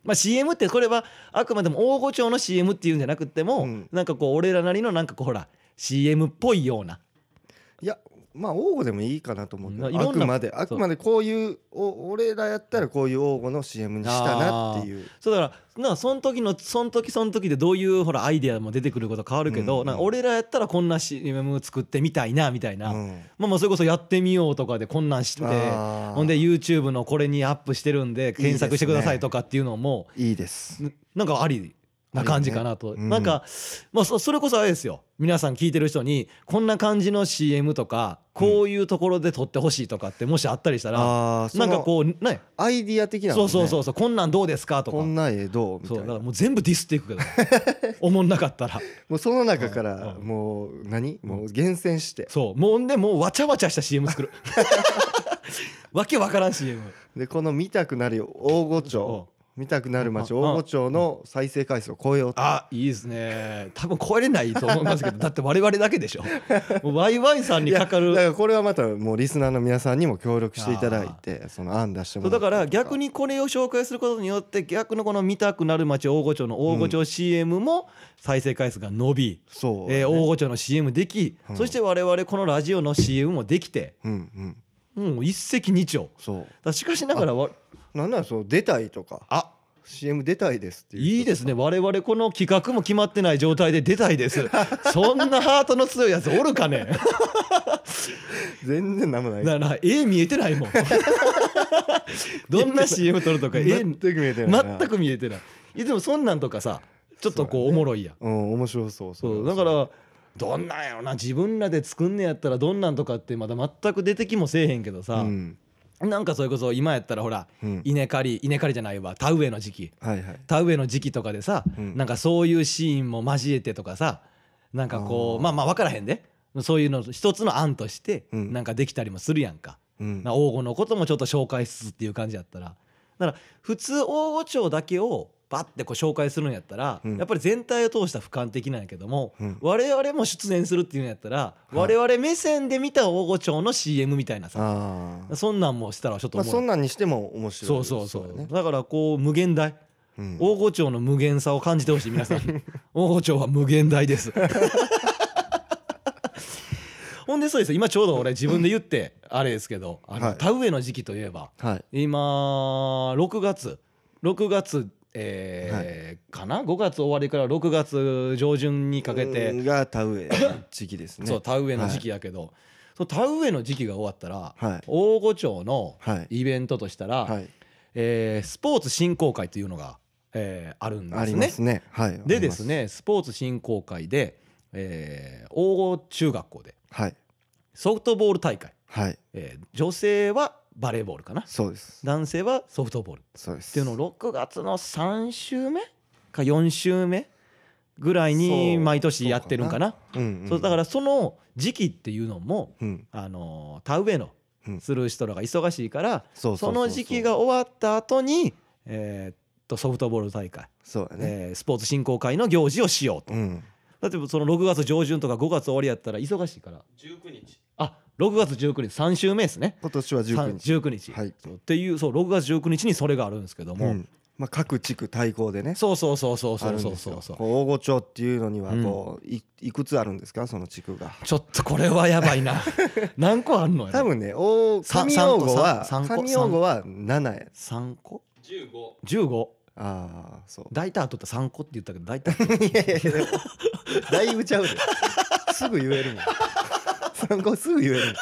Speaker 2: まあ、CM ってこれはあくまでも大御町の CM っていうんじゃなくても、
Speaker 1: うん
Speaker 2: なんかこう俺らなりのなんかこうほら CM っぽいようない
Speaker 1: やまあ王語でもいいかなと思うけど
Speaker 2: うんいろ
Speaker 1: あ
Speaker 2: ん
Speaker 1: く
Speaker 2: な
Speaker 1: まであくまでこういうお俺らやったらこういう王語の CM にしたなっていう
Speaker 2: そうだからなんかその時のその時その時でどういうほらアイデアも出てくること変わるけ
Speaker 1: う
Speaker 2: ど、
Speaker 1: んうん
Speaker 2: なんか俺らやったらこんな CM 作ってみたいなみたいな、
Speaker 1: うん
Speaker 2: まあまあそれこそやってみようとかでこんなんして
Speaker 1: あー
Speaker 2: ほんで YouTube のこれにアップしてるんで検索してくださいとかっていうのも
Speaker 1: いいです
Speaker 2: ななんかありな感じかな
Speaker 1: あ
Speaker 2: と、
Speaker 1: りねうん
Speaker 2: なんか、まあ、そそれこそあれですよ皆さん聞いてる人にこんな感じの CM とかこういうところで撮ってほしいとかってもしあったりしたら、
Speaker 1: ああ
Speaker 2: なんかこうね
Speaker 1: アイディア的な
Speaker 2: そうそう
Speaker 1: う
Speaker 2: そうそうこんなんどうですかとか
Speaker 1: こんな絵どうみた
Speaker 2: そう
Speaker 1: い
Speaker 2: だか
Speaker 1: な
Speaker 2: らもう全部ディスって
Speaker 1: [laughs]
Speaker 2: いくけどおもんなかったら
Speaker 1: もうその中か
Speaker 2: うん
Speaker 1: ら
Speaker 2: うん
Speaker 1: もう何もう厳選して
Speaker 2: そうもうほんでもうわちゃわちゃした CM
Speaker 1: [laughs]
Speaker 2: 作るわけわからん CM
Speaker 1: でこの見たくなる大御町見たくなる町
Speaker 2: うん
Speaker 1: 大御町の再生回数を超えようと
Speaker 2: あいいですね多分超えれないと思いますけどだ [laughs] って我々だけでしょもうワイワイさんにかか
Speaker 1: いや
Speaker 2: る
Speaker 1: だからこれはまたもうリスナーの皆さんにも協力していただいてその案出して
Speaker 2: そ
Speaker 1: も
Speaker 2: う
Speaker 1: ら
Speaker 2: だ
Speaker 1: った
Speaker 2: か
Speaker 1: りと
Speaker 2: ら逆にこれを紹介することによって逆のこの見たくなる街大御町の大御町 CM も再生回数が伸び、
Speaker 1: そう
Speaker 2: えー
Speaker 1: だね
Speaker 2: 大御町の CM でき、
Speaker 1: うん
Speaker 2: そして我々このラジオの CM もできて
Speaker 1: うんうん
Speaker 2: もう一石二鳥だか
Speaker 1: そう
Speaker 2: らしかしながらわ
Speaker 1: なんならそう出たいとか
Speaker 2: あ
Speaker 1: CM 出たいですっていう人
Speaker 2: いいですね我々この企画も決まってない状態で出たいですそんなハートの強いやつおるかね
Speaker 1: 全然何もない
Speaker 2: なな絵見えてない
Speaker 1: [laughs]
Speaker 2: もんどんな CM 撮るとか絵
Speaker 1: 全く見えてないな
Speaker 2: 全く見えてないいやでもそんなんとかさちょっとこうおもろいやん
Speaker 1: うん面白そうれ
Speaker 2: そう
Speaker 1: は
Speaker 2: だからどんなんやろな自分らで作んねやったらどんなんとかってまだ全く出てきもせえへんけど
Speaker 1: う
Speaker 2: さ、
Speaker 1: ん
Speaker 2: なんかそれこそ今やったらほら
Speaker 1: うん
Speaker 2: 稲刈り稲刈りじゃないわ田植えの時期
Speaker 1: はいはい
Speaker 2: 田植えの時期とかでさ、
Speaker 1: うん
Speaker 2: なんかそういうシーンも交えてとかさなんか
Speaker 1: あ
Speaker 2: こう
Speaker 1: ー
Speaker 2: まあまあ分からへんでそういうの一つの案として
Speaker 1: うん
Speaker 2: なんかできたりもするやんか。
Speaker 1: うん
Speaker 2: な王吾のこともちょっと紹介しつつっていう感じやったらだから普通王吾町だけをバッてこう紹介するんやったら、
Speaker 1: うん
Speaker 2: やっぱり全体を通した俯瞰的なんやけども、
Speaker 1: うん
Speaker 2: 我々も出演するっていうんやったら、
Speaker 1: い
Speaker 2: 我々目線で見た王吾町の CM みたいなさ、
Speaker 1: ああ
Speaker 2: そんなんもしたらちょっと
Speaker 1: まあ
Speaker 2: 思う、
Speaker 1: そんなんにしても面白い
Speaker 2: そうそうそうだ,、
Speaker 1: だね
Speaker 2: からこう無限大
Speaker 1: うん
Speaker 2: 王吾町の無限さを感じてほしい皆さん
Speaker 1: [laughs]
Speaker 2: に王吾町は無限大ですほんでそうです今ちょうど俺自分で言ってあれですけどあの、
Speaker 1: はい
Speaker 2: 田植えの時期といえば
Speaker 1: はい
Speaker 2: 今6月6月、えーかな5月終わりから6月上旬にかけて、
Speaker 1: うんが田植えの時期ですね
Speaker 2: そう田植えの時期やけど、その田植えの時期が終わったら、
Speaker 1: はい
Speaker 2: 大御町の
Speaker 1: はい
Speaker 2: イベントとしたら、
Speaker 1: はい
Speaker 2: えースポーツ振興会というのが、えーあるんで
Speaker 1: あ
Speaker 2: す
Speaker 1: り
Speaker 2: ね
Speaker 1: ま。すねはい
Speaker 2: でですねスポーツ振興会で、えー、大御中学校で
Speaker 1: ありますはい
Speaker 2: ソフトボール大会、
Speaker 1: はい
Speaker 2: えー女性はバレーボールかな
Speaker 1: そうです
Speaker 2: 男性はソフトボール
Speaker 1: そうで
Speaker 2: っ
Speaker 1: す
Speaker 2: ていうのを6月の3週目か4週目ぐらいに
Speaker 1: そう
Speaker 2: 毎年やってるんかな
Speaker 1: うんうん
Speaker 2: そうだからその時期っていうのも、
Speaker 1: うん
Speaker 2: あのー田植えの
Speaker 1: うん
Speaker 2: する人らが忙しいから、
Speaker 1: そう
Speaker 2: そう
Speaker 1: うう
Speaker 2: の時期が終わった後にえーっとソフトボール大会、
Speaker 1: そうやね
Speaker 2: えースポーツ振興会の行事をしようと
Speaker 1: うん
Speaker 2: だってその6月上旬とか5月終わりやったら忙しいから
Speaker 4: 19日
Speaker 2: あ6月19日3週目ですね
Speaker 1: 今年は19日
Speaker 2: 19日、
Speaker 1: はい
Speaker 2: そうっていうそう6月19日にそれがあるんですけども、
Speaker 1: うんまあ各地区対抗でね
Speaker 2: そうそうそうそう
Speaker 1: あ
Speaker 2: そ
Speaker 1: る
Speaker 2: うんそ
Speaker 1: で
Speaker 2: う
Speaker 1: す
Speaker 2: そ
Speaker 1: よ
Speaker 2: うそう
Speaker 1: こう大御町っていうのにはこういいくつあるんですかその地区が
Speaker 2: ちょっとこれはやばい
Speaker 1: [laughs]
Speaker 2: な何個あんのや
Speaker 1: 多分ね大
Speaker 2: さ
Speaker 1: 上大御は
Speaker 2: 三個三個
Speaker 1: 上大御は7や
Speaker 2: 3個
Speaker 4: 15
Speaker 2: 15
Speaker 1: ああそう
Speaker 2: 大体あとって3個って言ったけど大体
Speaker 1: いやいやいやだいぶちゃうですぐ言えるもん参考すぐ言えるもん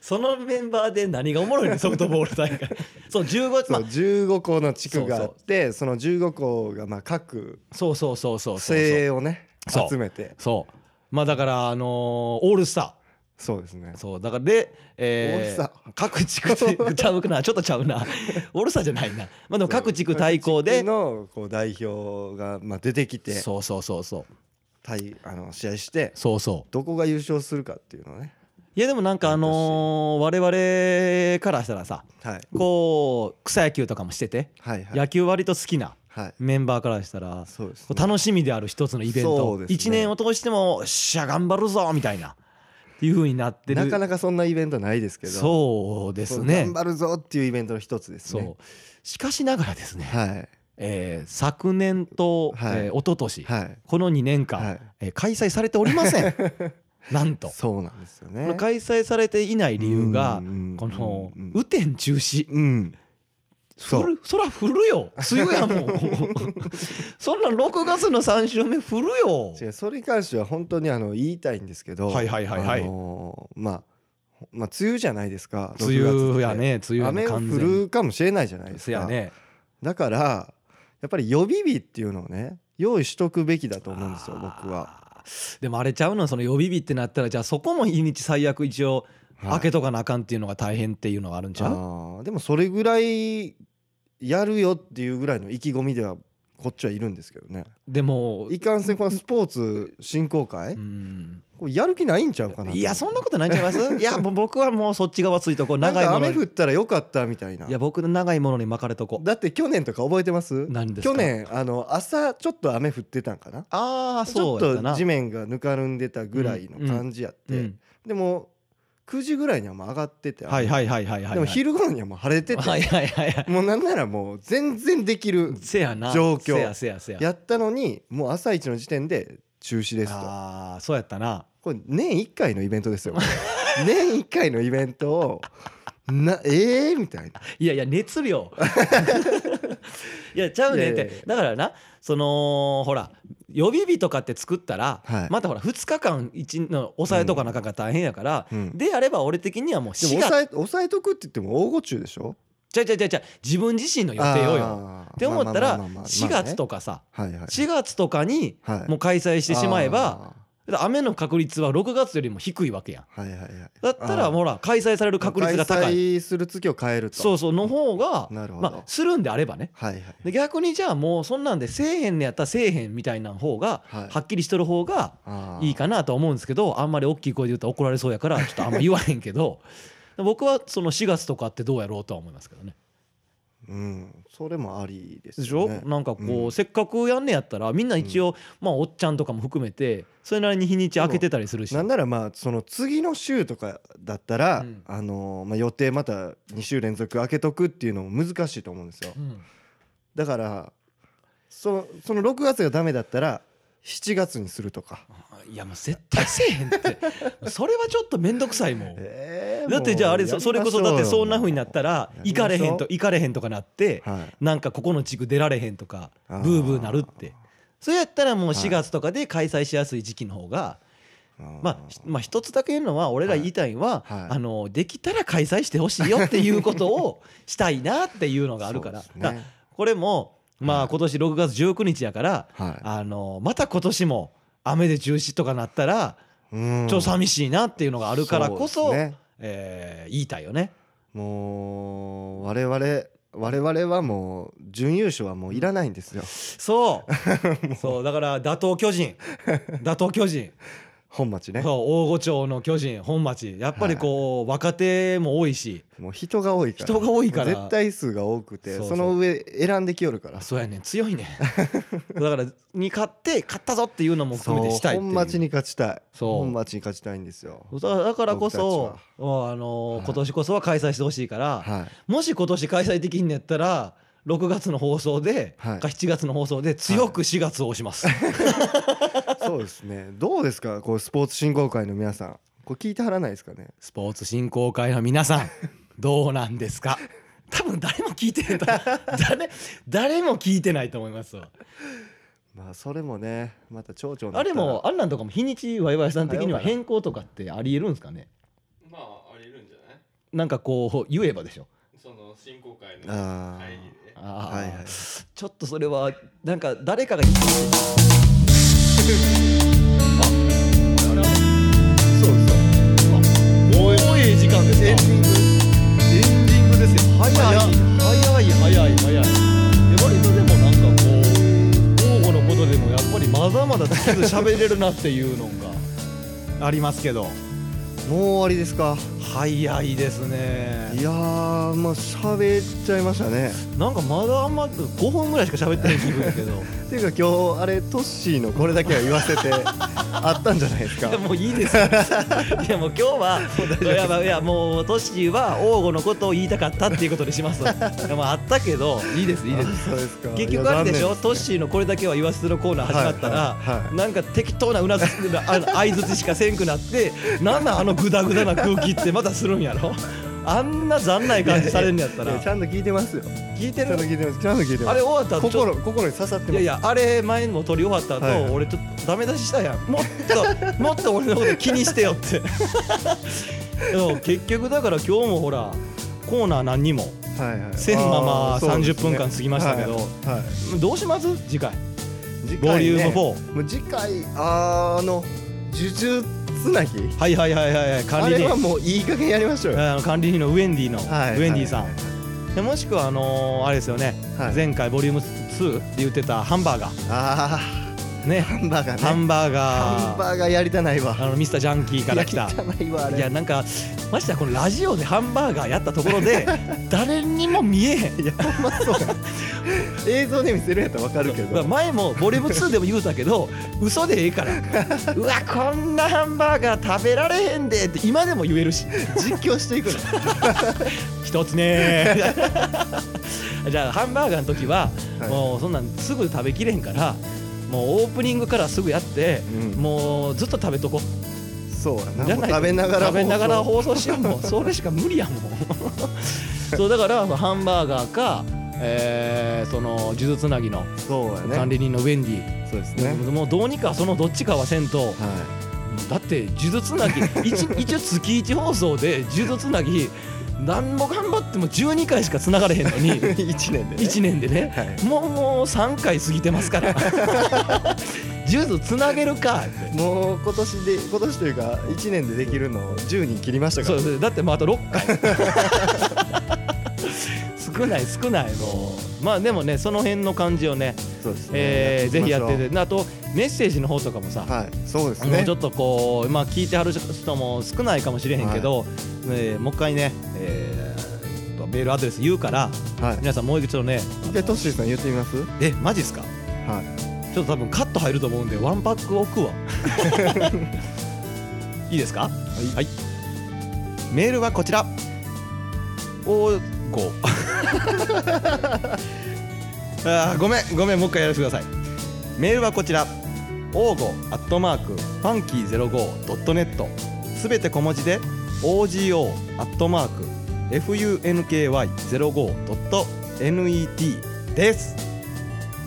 Speaker 2: そのメンバーで何がおもろいのソフトボール大会そう15
Speaker 1: そ
Speaker 2: ま
Speaker 1: う
Speaker 2: あ
Speaker 1: 15校の地区があってその15校がまあ各
Speaker 2: そうそうそうそうそう
Speaker 1: 精鋭をね
Speaker 2: そう
Speaker 1: 集めて
Speaker 2: そうまあだからあのーオールスタ
Speaker 1: そうですね
Speaker 2: ーそうだからで、え
Speaker 1: オールス
Speaker 2: 各地区
Speaker 1: [laughs]
Speaker 2: でちゃうなちょっとちゃうなオールスターじゃないなまあでも各地区対抗
Speaker 1: 各
Speaker 2: で
Speaker 1: 地区のこう代表がまあ出てきて
Speaker 2: そうそうそうそう
Speaker 1: 対あの試合して
Speaker 2: そうそう
Speaker 1: どこが優勝するかっていうのね
Speaker 2: いやでもなんかあのー我々からしたらさ
Speaker 1: はい
Speaker 2: こう草野球とかもしてて
Speaker 1: はいはい
Speaker 2: 野球割と好きな
Speaker 1: はい
Speaker 2: メンバーからしたら
Speaker 1: そうです
Speaker 2: こ
Speaker 1: ね
Speaker 2: う楽しみである一つのイベン
Speaker 1: そ
Speaker 2: ト
Speaker 1: うですね
Speaker 2: 1年を通してもよっしゃ頑張るぞみたいないう風になってる
Speaker 1: なかなかそんなイベントないですけど
Speaker 2: そうです
Speaker 1: そう
Speaker 2: ね
Speaker 1: 頑張るぞっていうイベントの一つです
Speaker 2: そう,、
Speaker 1: ね
Speaker 2: しかしながらですね、
Speaker 1: はい
Speaker 2: えー昨年と、
Speaker 1: はい
Speaker 2: えー一昨年、
Speaker 1: はい
Speaker 2: この2年間、
Speaker 1: はい
Speaker 2: えー開催されており
Speaker 1: [laughs]
Speaker 2: ませんなんと、
Speaker 1: そうなんですよ
Speaker 2: こ
Speaker 1: ね
Speaker 2: の開催されていない理由が、この雨天中止
Speaker 1: うん
Speaker 2: 降るそら降るよ梅雨や
Speaker 1: [laughs]
Speaker 2: もんそんな6月の3週目降るよ
Speaker 1: 違うそれに関しては本当にあの言いたいんですけど
Speaker 2: はいはいはいはい
Speaker 1: あのーまあほまあ梅雨じゃないですか
Speaker 2: 梅雨や
Speaker 1: 6月って
Speaker 2: ね梅雨やね
Speaker 1: 雨が
Speaker 2: 完
Speaker 1: 降
Speaker 2: 全に
Speaker 1: るかもしれないじゃないです
Speaker 2: せや
Speaker 1: か
Speaker 2: ね
Speaker 1: だからやっぱり予備日っていうのをね用意しとくべきだと思うんですよ僕は
Speaker 2: あーでもあれちゃうのその予備日ってなったらじゃあそこも日にち最悪一応
Speaker 1: はい
Speaker 2: 開けとかなあかんっていうのが大変っていうのはあるんちゃ
Speaker 1: あ
Speaker 2: う、
Speaker 1: ーでもそれぐらいやるよっていうぐらいの意気込みではこっちはいるんですけどね
Speaker 2: でも
Speaker 1: いかんせんこのスポーツ振興会
Speaker 2: うん
Speaker 1: これやる気ないんちゃうかない
Speaker 2: いやそん
Speaker 1: な
Speaker 2: なことないんちゃいます
Speaker 1: [laughs]
Speaker 2: いやもう僕はもうそっち側ついとこう
Speaker 1: なん
Speaker 2: 長い
Speaker 1: か
Speaker 2: もの
Speaker 1: 雨
Speaker 2: に
Speaker 1: 降ったらよかったみたいない
Speaker 2: や僕の長いものに巻かれとこう
Speaker 1: だって去年とか覚えてます
Speaker 2: 何ですか
Speaker 1: 去年あの朝ちょっと雨降ってたんかな
Speaker 2: ああ
Speaker 1: ちょ
Speaker 2: そ
Speaker 1: っ
Speaker 2: うやった
Speaker 1: と
Speaker 2: な
Speaker 1: 地面がぬかるんでたぐらいの感じやって、
Speaker 2: うん
Speaker 1: でも9時ぐらいにはもう上がってて、
Speaker 2: はいはいはいはいはいはい
Speaker 1: でも昼頃にはもう晴れてて、
Speaker 2: はいはいはいはい
Speaker 1: もうなんならもう全然できる
Speaker 2: せやな
Speaker 1: 状況
Speaker 2: せやせやせや
Speaker 1: やったのにもう朝一の時点で中止ですと
Speaker 2: ああそうやったな
Speaker 1: これ年1回のイベントですよ [laughs] 年1回のイベントをなええー、みたいない
Speaker 2: やいや
Speaker 1: [laughs]
Speaker 2: 熱量いやちゃうねんっ
Speaker 1: いやいやい
Speaker 2: てだからなそのほら予備日とかって作ったら、
Speaker 1: はい
Speaker 2: またほら2日間一日の抑えとかなあかんから大変やから、
Speaker 1: うん
Speaker 2: であれば俺的にはもう
Speaker 1: でも
Speaker 2: 4月
Speaker 1: 抑え抑えとくって言っても大ご中でしょ
Speaker 2: ちゃうちゃうちゃうちゃう自分自身の予定をよ
Speaker 1: あー
Speaker 2: って思ったら
Speaker 1: まあまあまあまあまあ
Speaker 2: 4月とかさ
Speaker 1: はいはい
Speaker 2: 4月とかに
Speaker 1: はい
Speaker 2: もう開催してしまえば
Speaker 1: あー
Speaker 2: 雨の確率は6月よりも低いわけやん
Speaker 1: はいはいはい。
Speaker 2: だったら
Speaker 1: あー
Speaker 2: ほら開催される確率が高
Speaker 1: 開
Speaker 2: い
Speaker 1: 催する月を変えると。
Speaker 2: そうそうの方が
Speaker 1: なるほど。
Speaker 2: まあするんであればね
Speaker 1: はいはい。
Speaker 2: で逆にじゃあもうそんなんでせえへんねやったらせえへんみたいな方が
Speaker 1: はい
Speaker 2: はっきりしとる方が
Speaker 1: あー
Speaker 2: いいかなとは思うんですけどあんまり大きい声で言うと怒られそうやからちょっとあんま言わへんけど僕はその4月とかってどうやろうとは思いますけどね。
Speaker 1: うん、それもありです
Speaker 2: で
Speaker 1: よ
Speaker 2: しょ
Speaker 1: ね。
Speaker 2: なんかこう、
Speaker 1: うん
Speaker 2: せっかくやんねやったらみんな一応、まあおっちゃんとかも含めてそれなりに日にち開けてたりするし
Speaker 1: なんならまあその次の週とかだったら、
Speaker 2: うん
Speaker 1: あのーまあ予定また2週連続開けとくっていうのも難しいと思うんですよ
Speaker 2: うん
Speaker 1: だからそその6月がダメだったら7月にするとか
Speaker 2: いやもう絶対せえへんって
Speaker 1: [laughs]
Speaker 2: それはちょっと面倒くさいもん。
Speaker 1: えー
Speaker 2: だってじゃああれ
Speaker 1: もうやりましょうよ
Speaker 2: それこそだってそんな風になったら
Speaker 1: やり
Speaker 2: 行
Speaker 1: ましょう
Speaker 2: かれへんと行かれへんとかなって
Speaker 1: はい
Speaker 2: なんかここの地区出られへんとかブ
Speaker 1: あー
Speaker 2: ーブーなるってそれやったらもう
Speaker 1: はい
Speaker 2: 4月とかで開催しやすい時期の方が、まあ
Speaker 1: ー
Speaker 2: ひまあ一つだけ言うのは俺ら言いたいのは、
Speaker 1: はいはい
Speaker 2: あのできたら開催してほしいよっていうことをしたいなっていうのがあるから,、
Speaker 1: そうですね
Speaker 2: これもま
Speaker 1: は
Speaker 2: あ
Speaker 1: い
Speaker 2: 今年6月19日やから、
Speaker 1: は
Speaker 2: あのまた今年も雨で中止とかなったら
Speaker 1: いうん
Speaker 2: ちょっと寂しいなっていうのがあるからこそ
Speaker 1: うですね
Speaker 2: えー言いたいよね。
Speaker 1: もう我々我々はもう準優勝はもういらないんですよ
Speaker 2: そう
Speaker 1: [laughs]
Speaker 2: そうだから打倒巨人打倒巨人
Speaker 1: 本町ね
Speaker 2: そう大御町の巨人本町やっぱりこう、若手も多いし
Speaker 1: もう人が多いから
Speaker 2: 人が多いから
Speaker 1: 絶対数が多くて
Speaker 2: そうそう
Speaker 1: その上選んできよるから
Speaker 2: あそうやねん強
Speaker 1: [laughs]
Speaker 2: いねだからに勝って勝ったぞっていうのも含めてしたいっていう
Speaker 1: 本町に勝ちたい
Speaker 2: そう
Speaker 1: 本町に勝ちたいんですよ
Speaker 2: だだからこそ
Speaker 1: 僕た、
Speaker 2: もうあのー
Speaker 1: はい
Speaker 2: 今年こそは開催してほしいから、
Speaker 1: はい
Speaker 2: もし今年開催できんのやったら6月の放送で、
Speaker 1: はい
Speaker 2: か7月の放送で強く4月を押します、
Speaker 1: そうですねどうですかこうスポーツ振興会の皆さんこれ聞いてはらないですかね
Speaker 2: スポーツ振興会の皆さんどうなんですか多分誰も聞いてないと
Speaker 1: [laughs]
Speaker 2: 誰誰も聞いてないと思いますわ
Speaker 1: まあそれもねまた町長にな
Speaker 2: あ
Speaker 1: ったら
Speaker 2: れもあんなんとかも日にちワイワイさん的には変更とかってありえるんですかね
Speaker 3: まあありえるんじゃない
Speaker 2: なんかこう言えばでしょ
Speaker 3: その振興会の
Speaker 1: あー
Speaker 3: 会議で
Speaker 2: あー
Speaker 1: はいはい
Speaker 2: ちょっとそれはなんか誰かが言って
Speaker 1: そうそう
Speaker 2: ああれあれもうええ時間ですかエンディングエンディングですよ早い
Speaker 1: 早い
Speaker 2: 早い早い早いで割とでもなんかこう王吾のことでもやっぱりまだまだつ喋れるなっていうのがありますけど
Speaker 1: もう終わりですか
Speaker 2: 早いですね
Speaker 1: いやーまあ喋っちゃいましたね
Speaker 2: なんかまだあんま5分ぐらいしか喋ってない気分やけど
Speaker 1: っていうか今日あれトッシーのこれだけは言わせ
Speaker 2: [laughs]
Speaker 1: てあったんじゃないですか
Speaker 2: いやもういいですよ [laughs] いやもう今日はいやまあいやもうトシは王吾のことを言いたかったっていうことにします
Speaker 1: [laughs]
Speaker 2: いやまああったけどいいですいいです
Speaker 1: あそうですか
Speaker 2: 結局あれでし
Speaker 1: い
Speaker 2: ょ
Speaker 1: や
Speaker 2: トッシーのこれだけは言わせるコーナー始まったら、
Speaker 1: はいは
Speaker 2: なんか適当なうなずあの相づちしかせんくなってなんなんあのグダグダな空気ってまたするんやろあんな残ない感じされるんやっ
Speaker 1: 残
Speaker 2: た
Speaker 1: 念い
Speaker 2: ら
Speaker 1: やちゃんと聞いてますよち
Speaker 2: 聞いて
Speaker 1: ゃん
Speaker 2: る
Speaker 1: と聞いてますちゃんと聞いてま
Speaker 2: あれ
Speaker 1: す
Speaker 2: 終わった後ちょっと
Speaker 1: 心心に刺さって
Speaker 2: い
Speaker 1: ま
Speaker 2: やい
Speaker 1: す
Speaker 2: やあれ前にも撮り終わった後、
Speaker 1: はいはい
Speaker 2: 俺ちょっとダメ出ししたやんも
Speaker 1: [laughs]
Speaker 2: っともっと俺のこと気にしてよって [laughs] でも結局だから今日もほらコーナー何にも
Speaker 1: はいはい
Speaker 2: せんまま
Speaker 1: あーそうです
Speaker 2: 30分間過ぎましたけど
Speaker 1: はいはい
Speaker 2: どうします次回
Speaker 1: 次
Speaker 2: ボ
Speaker 1: 回
Speaker 2: リューム
Speaker 1: ね
Speaker 2: 4、
Speaker 1: もう次回あーあの呪術つなぎ
Speaker 2: はいはいはいはいはい管
Speaker 1: あ
Speaker 2: 理
Speaker 1: れは
Speaker 2: 人
Speaker 1: もういい加減やりましょうよ
Speaker 2: あの管理人のウェンディの、
Speaker 1: はい
Speaker 2: ウェンディさん、でもしくはあのーあれですよね、
Speaker 1: はい
Speaker 2: 前回ボリューム2って言ってたハンバーガー
Speaker 1: あ
Speaker 2: ね
Speaker 1: [laughs] ーハンバーガーね
Speaker 2: ハンバー
Speaker 1: ハン
Speaker 2: ガー
Speaker 1: バーガーやりたないわ
Speaker 2: あのミスタージャンキーから来た
Speaker 1: やりたないわあれ
Speaker 2: いやなんかましてやこのラジオでハンバーガーやったとこ
Speaker 1: [laughs]
Speaker 2: ろで誰にも見えへん
Speaker 1: いやほんまそうや映像で見せるんやったらわかるけど、
Speaker 2: 前もボリューム2でも言うたけど嘘でええから
Speaker 1: [laughs]
Speaker 2: うわこんなハンバーガー食べられへんでって今でも言えるし
Speaker 1: 実況していくの
Speaker 2: 一つね [laughs] じゃあハンバーガーの時は、
Speaker 1: はい
Speaker 2: もうそんなんすぐ食べきれへんからもうオープニングからすぐやって、
Speaker 1: うん
Speaker 2: もうずっと食べとこ
Speaker 1: そうやな
Speaker 2: じゃ
Speaker 1: もう
Speaker 2: ないと
Speaker 1: 食べながら
Speaker 2: 食べながら
Speaker 1: 放送
Speaker 2: 放送しようもうそれしか無理やも
Speaker 1: [laughs]
Speaker 2: んそうだからまあハンバーガーか、えーその呪術つなぎの
Speaker 1: そうや
Speaker 2: 管
Speaker 1: ね
Speaker 2: 理人のウェンディ、
Speaker 1: そうですね
Speaker 2: もうどうにかそのどっちかはせんと
Speaker 1: は
Speaker 2: だって呪術つなぎ一一応月1放送で呪術つなぎ何も頑張っても12回しか繋がれへんの
Speaker 1: [laughs]
Speaker 2: に
Speaker 1: い1年でね
Speaker 2: 1年でね
Speaker 1: はい
Speaker 2: もうもう3回過ぎてますから
Speaker 1: [laughs]
Speaker 2: 呪術つなげるかって
Speaker 1: もう今年で今年というか1年でできるのを10人切りましたか
Speaker 2: そ
Speaker 1: ら
Speaker 2: うそうだってもうあと6回 [laughs] 少ない少ないもうまあでもねその辺の感じをね、
Speaker 1: そうですね
Speaker 2: えーぜひやって
Speaker 1: いきまして
Speaker 2: あとメッセージの方とかもさ、
Speaker 1: ょうはいそうです
Speaker 2: もう
Speaker 1: ね
Speaker 2: ちょっとこう、まあ、聞いてはる人も少ないかもしれへんけど、えーもう一回ね、えーメールアドレス言うから
Speaker 1: はい
Speaker 2: 皆さんもう一度ね
Speaker 1: 一回トッシーさん言ってみますは
Speaker 2: えマジっすかちょっと多分カット入ると思うんでワンパック置 [laughs] くわいいですかはい、メールはこちらおー [laughs] ごあーごめんごめんもう一回やらせてくださいメールはこちらおーごアットマークファンキー 05.net すべて小文字で OGO アットマーク FUNKY05.net です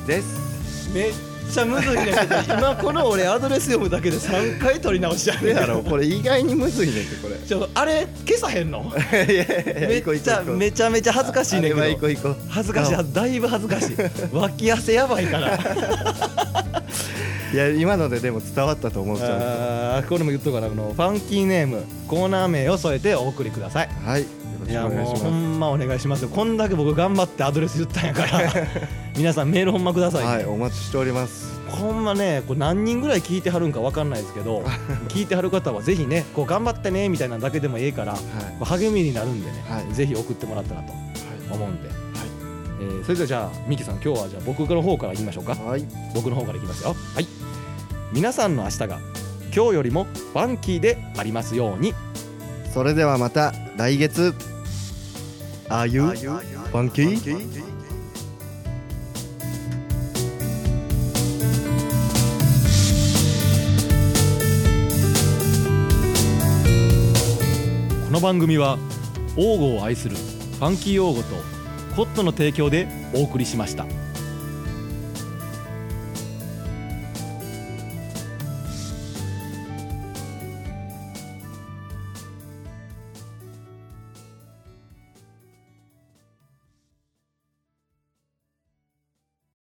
Speaker 1: いです
Speaker 2: めっちゃむずいねんけど今この俺アドレス読むだけで3回取り直しちゃう
Speaker 1: で
Speaker 2: ねん
Speaker 1: やろうこれ意外にむずいねんってこれ
Speaker 2: [laughs] ちょあれ消さへんの
Speaker 1: いやいやいや
Speaker 2: め
Speaker 1: いこう
Speaker 2: っ
Speaker 1: い
Speaker 2: ち
Speaker 1: こ
Speaker 2: ゃ
Speaker 1: ういこう
Speaker 2: めちゃめちゃ恥ずかしいねん
Speaker 1: あれはい
Speaker 2: け
Speaker 1: こ
Speaker 2: ど
Speaker 1: ういこう
Speaker 2: 恥ずかし
Speaker 1: あ
Speaker 2: いだいぶ恥ずか [laughs] しい脇汗やばいから
Speaker 1: いや今のででも伝わったと思うちゃ
Speaker 2: あーこれも言っとくからあのファンキーネームコーナー名を添えてお送りくださ
Speaker 1: ん
Speaker 2: い
Speaker 1: はいよろし
Speaker 2: い
Speaker 1: く
Speaker 2: や
Speaker 1: お願い
Speaker 2: もう
Speaker 1: し
Speaker 2: ほ
Speaker 1: ま
Speaker 2: んまお願いしますよこんだけ僕頑張ってアドレス言ったんやから [laughs] 皆さんメールほんまくださ
Speaker 1: す
Speaker 2: い、
Speaker 1: はいお待ちしております
Speaker 2: ほんまねこれ何人ぐらい聞いてはるんかわかんないですけ
Speaker 1: [laughs]
Speaker 2: ど聞いてはる方はぜひねこう頑張ってねみたいなだけでもええから
Speaker 1: はい
Speaker 2: 励みになるんでね、
Speaker 1: はい
Speaker 2: ぜひ送ってもらったらと
Speaker 1: は
Speaker 2: 思うんで、えーそれではじゃあミキさん今日はじゃあ僕の方から言いましょうか
Speaker 1: いはい
Speaker 2: 僕の方からいきますよはい皆さんの明日が今日よりもファンキーでありますように
Speaker 1: それではまた来月あゆファンキー
Speaker 2: この番組は王語を愛するファンキー王語とコットの提供でお送りしました。